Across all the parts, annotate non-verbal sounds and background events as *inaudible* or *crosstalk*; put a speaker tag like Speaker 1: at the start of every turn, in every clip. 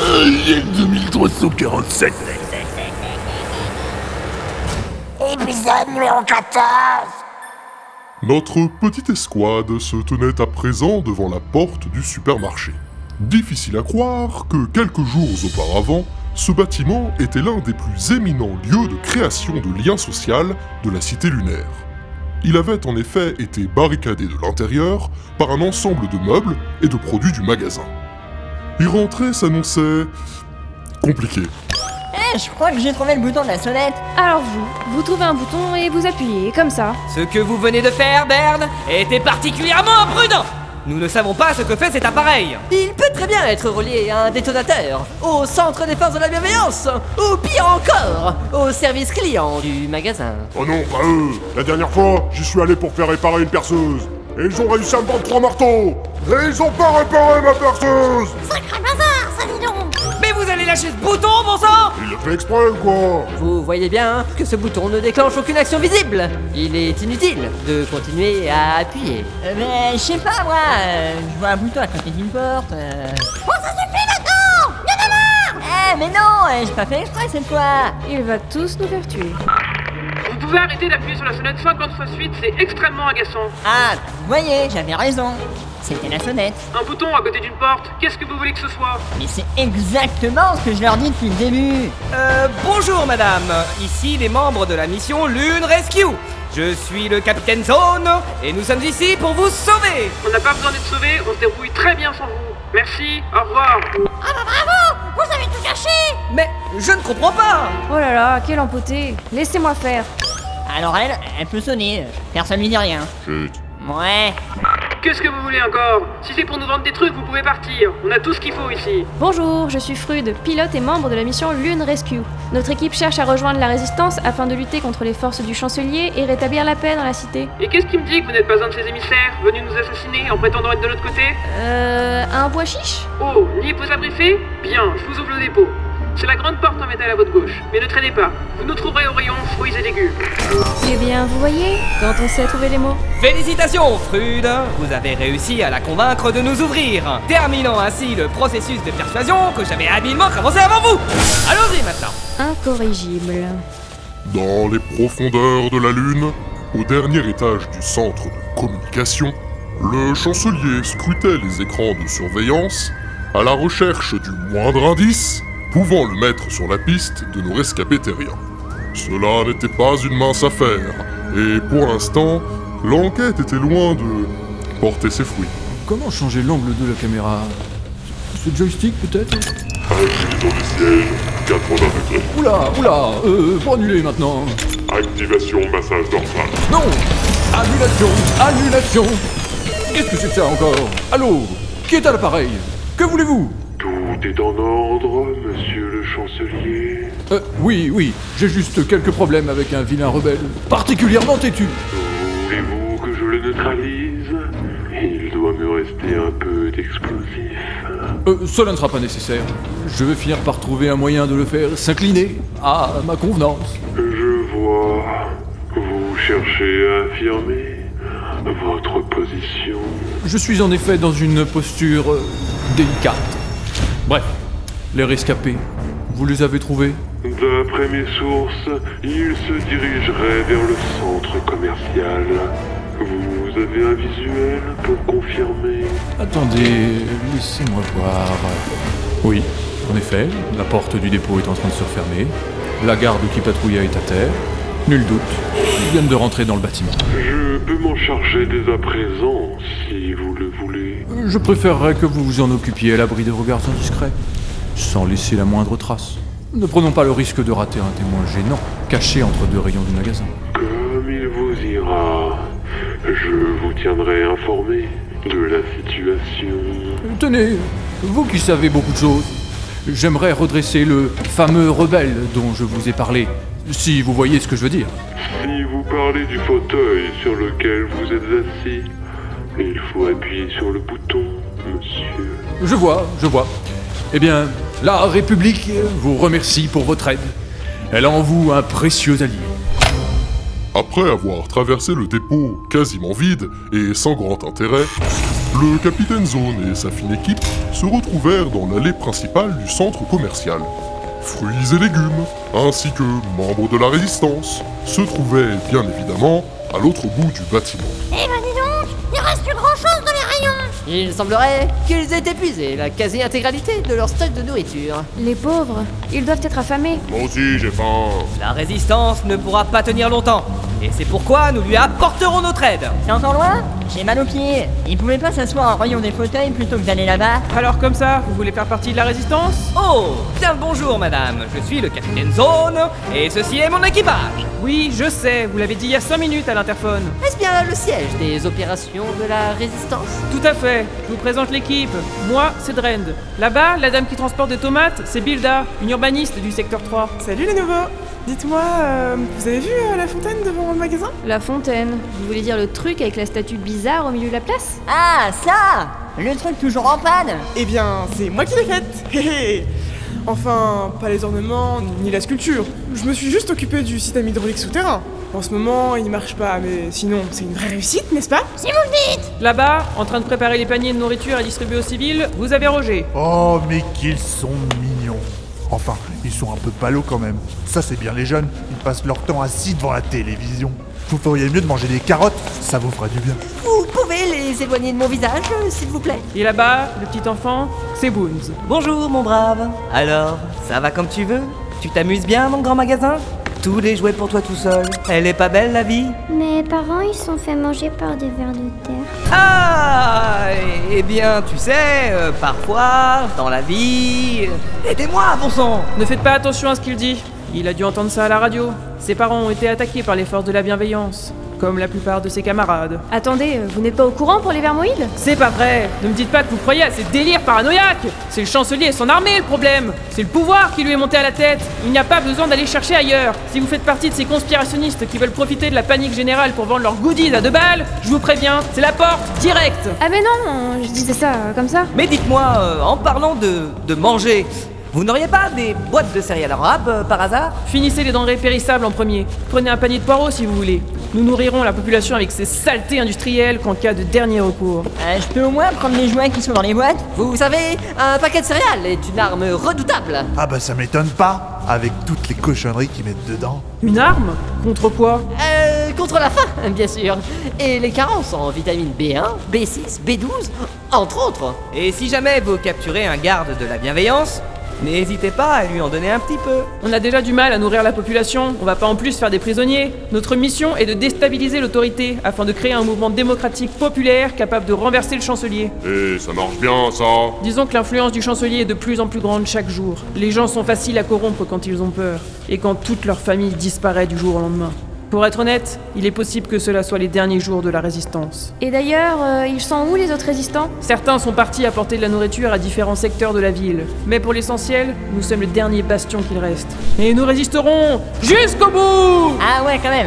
Speaker 1: Alien 2347
Speaker 2: Épisode numéro 14
Speaker 3: Notre petite escouade se tenait à présent devant la porte du supermarché. Difficile à croire que quelques jours auparavant, ce bâtiment était l'un des plus éminents lieux de création de liens sociaux de la cité lunaire. Il avait en effet été barricadé de l'intérieur par un ensemble de meubles et de produits du magasin. Y rentrer s'annonçait compliqué.
Speaker 4: Eh, je crois que j'ai trouvé le bouton de la sonnette.
Speaker 5: Alors vous, vous trouvez un bouton et vous appuyez, comme ça.
Speaker 6: Ce que vous venez de faire, Baird, était particulièrement imprudent Nous ne savons pas ce que fait cet appareil
Speaker 7: Il peut très bien être relié à un détonateur, au centre des forces de la bienveillance, ou pire encore, au service client du magasin.
Speaker 8: Oh non, pas eux La dernière fois, j'y suis allé pour faire réparer une perceuse. Et ils ont réussi à me vendre trois marteaux Et ils ont pas réparé ma perceuse
Speaker 2: Sacré bazar, ça dis donc
Speaker 6: Mais vous allez lâcher ce bouton, bon sang
Speaker 8: Il l'a fait exprès ou quoi
Speaker 7: Vous voyez bien que ce bouton ne déclenche aucune action visible. Il est inutile de continuer à appuyer.
Speaker 4: Euh, mais je sais pas, moi, euh, je vois un bouton à côté d'une porte. euh.
Speaker 2: Oh, ça suffit là-dedans Y'en a marre
Speaker 4: Eh, mais non, euh, j'ai pas fait exprès cette fois.
Speaker 5: Il va tous nous faire tuer.
Speaker 9: Vous pouvez arrêter d'appuyer sur la sonnette 50 fois de suite, c'est extrêmement agaçant.
Speaker 4: Ah, vous voyez, j'avais raison. C'était la sonnette.
Speaker 9: Un bouton à côté d'une porte, qu'est-ce que vous voulez que ce soit
Speaker 4: Mais c'est exactement ce que je leur dis depuis le début.
Speaker 6: Euh, bonjour madame, ici les membres de la mission Lune Rescue Je suis le capitaine Zone, et nous sommes ici pour vous sauver
Speaker 9: On n'a pas besoin d'être sauvé, on se débrouille très bien sans vous. Merci, au revoir.
Speaker 2: Ah bah bravo Vous avez tout gâché
Speaker 6: Mais je ne comprends pas
Speaker 5: Oh là là, quel empoté Laissez-moi faire
Speaker 4: Alors elle, elle peut sonner. Personne lui dit rien.
Speaker 8: Chut.
Speaker 4: Ouais.
Speaker 9: Qu'est-ce que vous voulez encore Si c'est pour nous vendre des trucs, vous pouvez partir. On a tout ce qu'il faut ici.
Speaker 5: Bonjour, je suis Frude, pilote et membre de la mission Lune Rescue. Notre équipe cherche à rejoindre la résistance afin de lutter contre les forces du chancelier et rétablir la paix dans la cité.
Speaker 9: Et qu'est-ce qui me dit que vous n'êtes pas un de ces émissaires venus nous assassiner en prétendant être de l'autre côté
Speaker 5: Euh. Un bois chiche
Speaker 9: Oh, Nip vous a briefé Bien, je vous ouvre le dépôt. C'est la grande porte en métal à votre gauche. Mais ne traînez pas, vous nous trouverez au rayon fruits et légumes.
Speaker 5: Eh bien, vous voyez, quand on sait trouver les mots.
Speaker 6: Félicitations, Frude Vous avez réussi à la convaincre de nous ouvrir, terminant ainsi le processus de persuasion que j'avais habilement commencé avant vous Allons-y maintenant
Speaker 5: Incorrigible.
Speaker 3: Dans les profondeurs de la Lune, au dernier étage du centre de communication, le chancelier scrutait les écrans de surveillance à la recherche du moindre indice pouvant le mettre sur la piste de nos rescapés terriens. Cela n'était pas une mince affaire, et pour l'instant, l'enquête était loin de porter ses fruits.
Speaker 10: Comment changer l'angle de la caméra Ce joystick peut-être
Speaker 8: Agis dans le siège, 80 degrés.
Speaker 10: Oula, oula, euh, faut annuler maintenant.
Speaker 8: Activation massage dorsal.
Speaker 10: Non Annulation, annulation Qu'est-ce que c'est que ça encore Allô Qui est à l'appareil Que voulez-vous
Speaker 8: Tout est en ordre, monsieur le chancelier.
Speaker 10: Euh, oui, oui, j'ai juste quelques problèmes avec un vilain rebelle, particulièrement têtu.
Speaker 8: Voulez-vous que je le neutralise Il doit me rester un peu d'explosif.
Speaker 10: Euh, cela ne sera pas nécessaire. Je vais finir par trouver un moyen de le faire s'incliner à ma convenance.
Speaker 8: Je vois. Vous cherchez à affirmer votre position.
Speaker 10: Je suis en effet dans une posture euh, délicate. Bref, les rescapés, vous les avez trouvés
Speaker 8: D'après mes sources, il se dirigerait vers le centre commercial. Vous avez un visuel pour confirmer
Speaker 10: Attendez, laissez-moi voir. Oui, en effet, la porte du dépôt est en train de se refermer. La garde qui patrouillait est à terre. Nul doute, ils viennent de rentrer dans le bâtiment.
Speaker 8: Je peux m'en charger dès à présent, si vous le voulez.
Speaker 10: Euh, Je préférerais que vous vous en occupiez à l'abri de regards indiscrets, sans laisser la moindre trace. Ne prenons pas le risque de rater un témoin gênant, caché entre deux rayons du magasin.
Speaker 8: Comme il vous ira, je vous tiendrai informé de la situation.
Speaker 10: Euh, Tenez, vous qui savez beaucoup de choses, j'aimerais redresser le fameux rebelle dont je vous ai parlé, si vous voyez ce que je veux dire.
Speaker 8: Si vous parlez du fauteuil sur lequel vous êtes assis, il faut appuyer sur le bouton, monsieur.
Speaker 10: Je vois, je vois. Eh bien, la République vous remercie pour votre aide. Elle a en vous hein, un précieux allié.
Speaker 3: Après avoir traversé le dépôt quasiment vide et sans grand intérêt, Le capitaine Zone et sa fine équipe se retrouvèrent dans l'allée principale du centre commercial. Fruits et légumes, ainsi que membres de la résistance, se trouvaient bien évidemment à l'autre bout du bâtiment.
Speaker 2: Eh ben dis donc, il reste plus grand chose dans les rayons
Speaker 7: Il semblerait qu'ils aient épuisé la quasi-intégralité de leur stock de nourriture.
Speaker 5: Les pauvres, ils doivent être affamés.
Speaker 1: Moi aussi, j'ai faim.
Speaker 6: La résistance ne pourra pas tenir longtemps. Et c'est pourquoi nous lui apporterons notre aide.
Speaker 4: C'est encore loin J'ai mal aux pieds. Ils pouvaient pas s'asseoir en rayon des fauteuils plutôt que d'aller là-bas
Speaker 6: Alors comme ça, vous voulez faire partie de la résistance Oh Bien le bonjour madame, je suis le capitaine Zone et ceci est mon équipage Oui, je sais, vous l'avez dit il y a 5 minutes à l'interphone.
Speaker 7: Est-ce bien le siège des opérations de la résistance
Speaker 11: Tout à fait, je vous présente l'équipe. Moi, c'est Drend. Là-bas, la dame qui transporte des tomates, c'est Bilda, une urbaniste du secteur 3.
Speaker 12: Salut les nouveaux Dites-moi, euh, vous avez vu euh, la fontaine devant le magasin
Speaker 5: La fontaine, vous voulez dire le truc avec la statue bizarre au milieu de la place
Speaker 13: Ah, ça Le truc toujours en panne
Speaker 12: Eh bien, c'est moi qui l'ai faite *laughs* Hé hé. Enfin, pas les ornements, ni la sculpture. Je me suis juste occupé du système hydraulique souterrain. En ce moment, il marche pas, mais sinon, c'est une vraie réussite, n'est-ce pas
Speaker 2: Si vous le dites
Speaker 11: Là-bas, en train de préparer les paniers de nourriture à distribuer aux civils, vous avez Roger.
Speaker 1: Oh, mais qu'ils sont mignons. Enfin, ils sont un peu palos quand même. Ça, c'est bien les jeunes. Ils passent leur temps assis devant la télévision. Vous feriez mieux de manger des carottes. Ça vous fera du bien.
Speaker 7: Vous pouvez les éloigner de mon visage, euh, s'il vous plaît
Speaker 11: Et là-bas, le petit enfant, c'est Boons.
Speaker 6: Bonjour mon brave. Alors, ça va comme tu veux Tu t'amuses bien mon grand magasin tous les jouets pour toi tout seul. Elle est pas belle la vie
Speaker 14: Mes parents ils sont fait manger par des vers de terre.
Speaker 6: Ah Eh bien, tu sais, euh, parfois, dans la vie. Aidez-moi, bon sang
Speaker 11: Ne faites pas attention à ce qu'il dit. Il a dû entendre ça à la radio. Ses parents ont été attaqués par les forces de la bienveillance, comme la plupart de ses camarades.
Speaker 5: Attendez, vous n'êtes pas au courant pour les vermoïdes
Speaker 11: C'est pas vrai Ne me dites pas que vous croyez à ces délires paranoïaques C'est le chancelier et son armée le problème C'est le pouvoir qui lui est monté à la tête Il n'y a pas besoin d'aller chercher ailleurs Si vous faites partie de ces conspirationnistes qui veulent profiter de la panique générale pour vendre leurs goodies à deux balles, je vous préviens, c'est la porte, direct
Speaker 5: Ah mais non, je disais ça euh, comme ça.
Speaker 6: Mais dites-moi, euh, en parlant de, de manger, vous n'auriez pas des boîtes de céréales arabes euh, par hasard
Speaker 11: Finissez les denrées périssables en premier. Prenez un panier de poireaux si vous voulez. Nous nourrirons la population avec ces saletés industrielles qu'en cas de dernier recours.
Speaker 6: Eh,
Speaker 4: Euh, je peux au moins prendre les jouets qui sont dans les boîtes
Speaker 7: Vous savez, un paquet de céréales est une arme redoutable.
Speaker 1: Ah bah ça m'étonne pas, avec toutes les cochonneries qu'ils mettent dedans.
Speaker 11: Une arme Contre quoi
Speaker 7: Euh, contre la faim, bien sûr. Et les carences en vitamine B1, B6, B12, entre autres.
Speaker 6: Et si jamais vous capturez un garde de la bienveillance, n'hésitez pas à lui en donner un petit peu.
Speaker 11: On a déjà du mal à nourrir la population, on va pas en plus faire des prisonniers. Notre mission est de déstabiliser l'autorité afin de créer un mouvement démocratique populaire capable de renverser le chancelier.
Speaker 3: Eh, ça marche bien ça
Speaker 11: Disons que l'influence du chancelier est de plus en plus grande chaque jour. Les gens sont faciles à corrompre quand ils ont peur et quand toute leur famille disparaît du jour au lendemain. Pour être honnête, il est possible que cela soit les derniers jours de la résistance.
Speaker 5: Et d'ailleurs, euh, ils sont où les autres résistants
Speaker 11: Certains sont partis apporter de la nourriture à différents secteurs de la ville, mais pour l'essentiel, nous sommes le dernier bastion qu'il reste. Et nous résisterons jusqu'au bout
Speaker 4: Ah ouais, quand même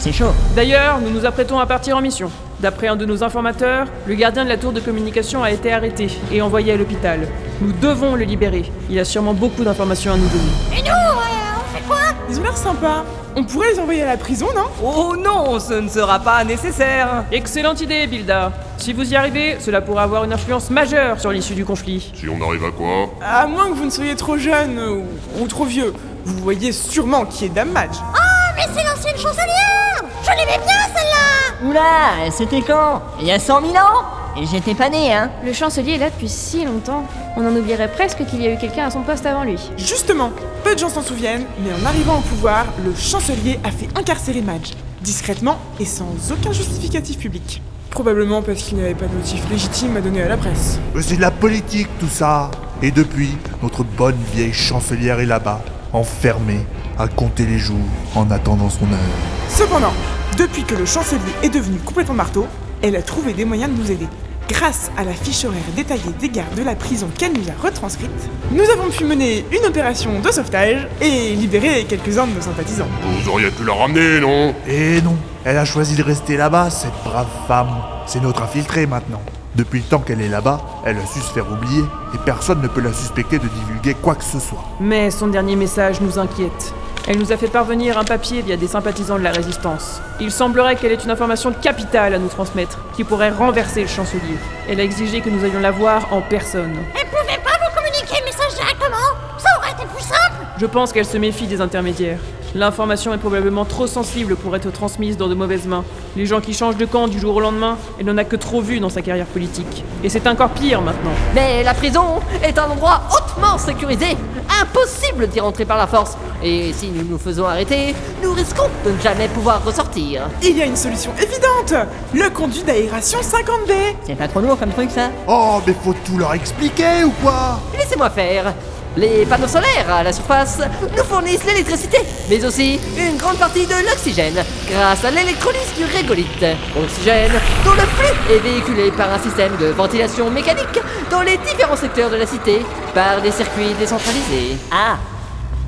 Speaker 4: C'est chaud
Speaker 11: D'ailleurs, nous nous apprêtons à partir en mission. D'après un de nos informateurs, le gardien de la tour de communication a été arrêté et envoyé à l'hôpital. Nous devons le libérer. Il a sûrement beaucoup d'informations à nous donner.
Speaker 2: Et nous, euh, on fait quoi
Speaker 12: Ils ont l'air sympas. On pourrait les envoyer à la prison, non
Speaker 6: Oh non, ce ne sera pas nécessaire
Speaker 11: Excellente idée, Bilda. Si vous y arrivez, cela pourra avoir une influence majeure sur l'issue du conflit.
Speaker 3: Si on arrive à quoi
Speaker 12: À moins que vous ne soyez trop jeune ou, ou trop vieux. Vous voyez sûrement qui est Dame Madge.
Speaker 2: Ah, mais c'est l'ancienne chancelière Je l'aimais bien, celle-là
Speaker 13: Oula, c'était quand Il y a 100 000 ans Et j'étais pas né, hein
Speaker 5: Le chancelier est là depuis si longtemps. On en oublierait presque qu'il y a eu quelqu'un à son poste avant lui.
Speaker 12: Justement, peu de gens s'en souviennent, mais en arrivant au pouvoir, le chancelier a fait incarcérer Madge, discrètement et sans aucun justificatif public. Probablement parce qu'il n'avait pas de motif légitime à donner à la presse.
Speaker 1: Mais C'est de la politique tout ça. Et depuis, notre bonne vieille chancelière est là-bas, enfermée, à compter les jours en attendant son heure.
Speaker 12: Cependant, depuis que le chancelier est devenu complètement marteau, elle a trouvé des moyens de nous aider. Grâce à la fiche horaire détaillée des gardes de la prison qu'elle nous a retranscrite, nous avons pu mener une opération de sauvetage et libérer quelques-uns de nos sympathisants.
Speaker 3: Vous auriez pu la ramener, non
Speaker 1: Et Eh non, elle a choisi de rester là-bas, cette brave femme. C'est notre infiltrée maintenant. Depuis le temps qu'elle est là-bas, elle a su se faire oublier et personne ne peut la suspecter de divulguer quoi que ce soit.
Speaker 11: Mais son dernier message nous inquiète. Elle nous a fait parvenir un papier via des sympathisants de la résistance. Il semblerait qu'elle ait une information capitale à nous transmettre, qui pourrait renverser le chancelier. Elle a exigé que nous allions la voir en personne.
Speaker 2: Elle pouvait pas vous communiquer le message directement Ça aurait été plus simple
Speaker 11: Je pense qu'elle se méfie des intermédiaires. L'information est probablement trop sensible pour être transmise dans de mauvaises mains. Les gens qui changent de camp du jour au lendemain, elle n'en a que trop vu dans sa carrière politique. Et c'est encore pire maintenant.
Speaker 7: Mais la prison est un endroit hautement sécurisé. Impossible d'y rentrer par la force. Et si nous nous faisons arrêter, nous risquons de ne jamais pouvoir ressortir.
Speaker 12: Il y a une solution évidente Le conduit d'aération 50B
Speaker 4: C'est pas trop lourd comme truc ça
Speaker 1: Oh, mais faut tout leur expliquer ou quoi
Speaker 7: Laissez-moi faire. Les panneaux solaires à la surface nous fournissent l'électricité, mais aussi une grande partie de l'oxygène grâce à l'électrolyse du régolithe. Oxygène dont le flux est véhiculé par un système de ventilation mécanique dans les différents secteurs de la cité par des circuits décentralisés.
Speaker 4: Ah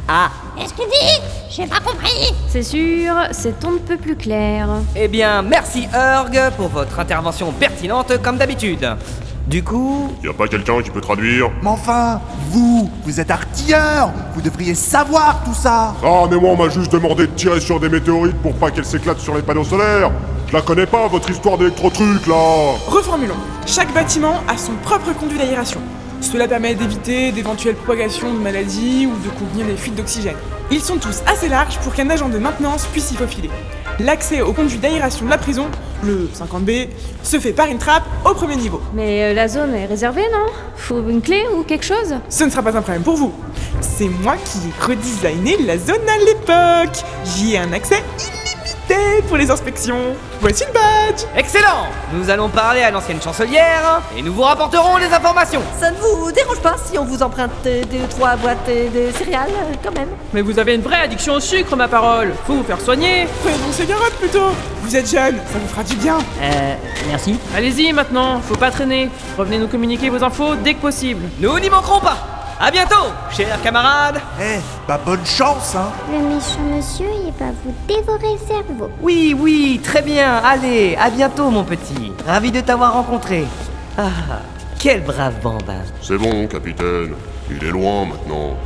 Speaker 4: Ah
Speaker 2: Qu'est-ce qu'il dit J'ai pas compris
Speaker 5: C'est sûr, c'est on ne peut plus clair.
Speaker 6: Eh bien, merci Urg pour votre intervention pertinente comme d'habitude. Du coup...
Speaker 3: Y a pas quelqu'un qui peut traduire
Speaker 1: Mais enfin, vous, vous êtes artilleurs Vous devriez savoir tout ça
Speaker 3: Ah, mais moi, on m'a juste demandé de tirer sur des météorites pour pas qu'elles s'éclatent sur les panneaux solaires Je la connais pas, votre histoire d'électro-truc, là
Speaker 12: Reformulons. Chaque bâtiment a son propre conduit d'aération. Cela permet d'éviter d'éventuelles propagations de maladies ou de contenir des fuites d'oxygène. Ils sont tous assez larges pour qu'un agent de maintenance puisse y faufiler. L'accès au conduit d'aération de la prison, le 50B, se fait par une trappe au premier niveau.
Speaker 5: Mais euh, la zone est réservée, non Faut une clé ou quelque chose
Speaker 12: Ce ne sera pas un problème pour vous. C'est moi qui ai redesigné la zone à l'époque. J'y ai un accès illimité pour les inspections. Voici le badge
Speaker 6: Excellent Nous allons parler à l'ancienne chancelière et nous vous rapporterons les informations
Speaker 7: Ça ne vous dérange pas si on vous emprunte deux, trois boîtes de céréales, quand même
Speaker 11: Mais vous avez une vraie addiction au sucre, ma parole Faut vous faire soigner
Speaker 12: Prenez vos cigarettes plutôt Vous êtes jeune, ça vous fera du bien
Speaker 4: Euh... Merci.
Speaker 11: Allez-y maintenant, faut pas traîner. Revenez nous communiquer vos infos dès que possible.
Speaker 6: Nous n'y manquerons pas À bientôt, chers camarades
Speaker 1: Eh, bah bonne chance, hein
Speaker 14: Le méchant monsieur, il va vous dévorer le cerveau.
Speaker 6: Oui, oui, très bien, allez, à bientôt mon petit Ravi de t'avoir rencontré Ah, quel brave bambin
Speaker 3: C'est bon, capitaine. Il est loin, maintenant.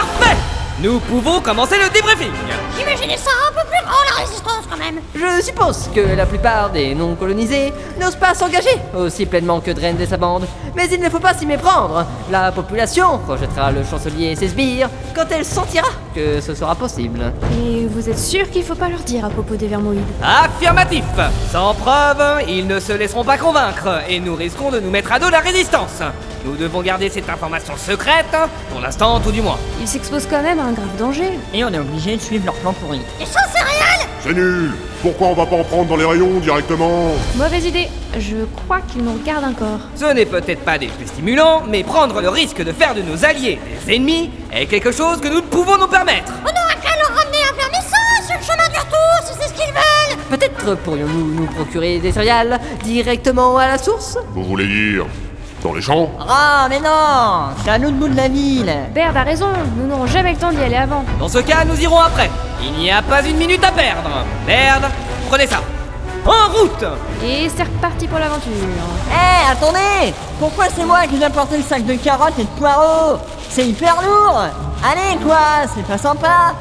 Speaker 6: Parfait Nous pouvons commencer le débriefing
Speaker 2: J'imaginais ça un peu plus grand la résistance quand même
Speaker 7: Je suppose que la plupart des non-colonisés n'osent pas s'engager, aussi pleinement que Draine et sa bande. Mais il ne faut pas s'y méprendre. La population rejettera le chancelier et ses sbires quand elle sentira que ce sera possible.
Speaker 5: Et vous êtes sûr qu'il faut pas leur dire à propos des vermoïdes
Speaker 6: Affirmatif Sans preuve, ils ne se laisseront pas convaincre et nous risquons de nous mettre à dos la résistance Nous devons garder cette information secrète, pour l'instant tout du moins.
Speaker 5: Ils s'exposent quand même à un grave danger.
Speaker 4: Et on est obligé de suivre leur plan pourri.
Speaker 2: Et sans céréales
Speaker 3: C'est nul Pourquoi on va pas en prendre dans les rayons directement
Speaker 5: Mauvaise idée. Je crois qu'ils nous regardent encore.
Speaker 6: Ce n'est peut-être pas des plus stimulants, mais prendre le risque de faire de nos alliés des ennemis est quelque chose que nous ne pouvons nous permettre
Speaker 2: On aurait qu'à leur ramener un vermicelle sur le chemin du retour si c'est ce qu'ils veulent
Speaker 7: Peut-être pourrions-nous nous procurer des céréales directement à la source
Speaker 3: Vous voulez dire Dans les champs
Speaker 4: Ah, mais non C'est à l'autre bout de la ville
Speaker 5: Baird a raison, nous n'aurons jamais le temps d'y aller avant.
Speaker 6: Dans ce cas, nous irons après Il n'y a pas une minute à perdre Merde Prenez ça En route
Speaker 5: Et c'est reparti pour l'aventure.
Speaker 13: Eh, attendez Pourquoi c'est moi qui dois porter le sac de carottes et de poireaux C'est hyper lourd Allez, quoi C'est pas sympa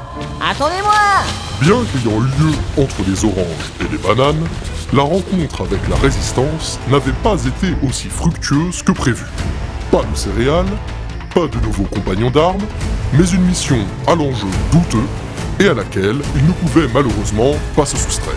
Speaker 13: Attendez-moi
Speaker 3: Bien qu'ayant eu lieu entre les oranges et les bananes, la rencontre avec la résistance n'avait pas été aussi fructueuse que prévu. Pas de céréales, pas de nouveaux compagnons d'armes, mais une mission à l'enjeu douteux et à laquelle il ne pouvait malheureusement pas se soustraire.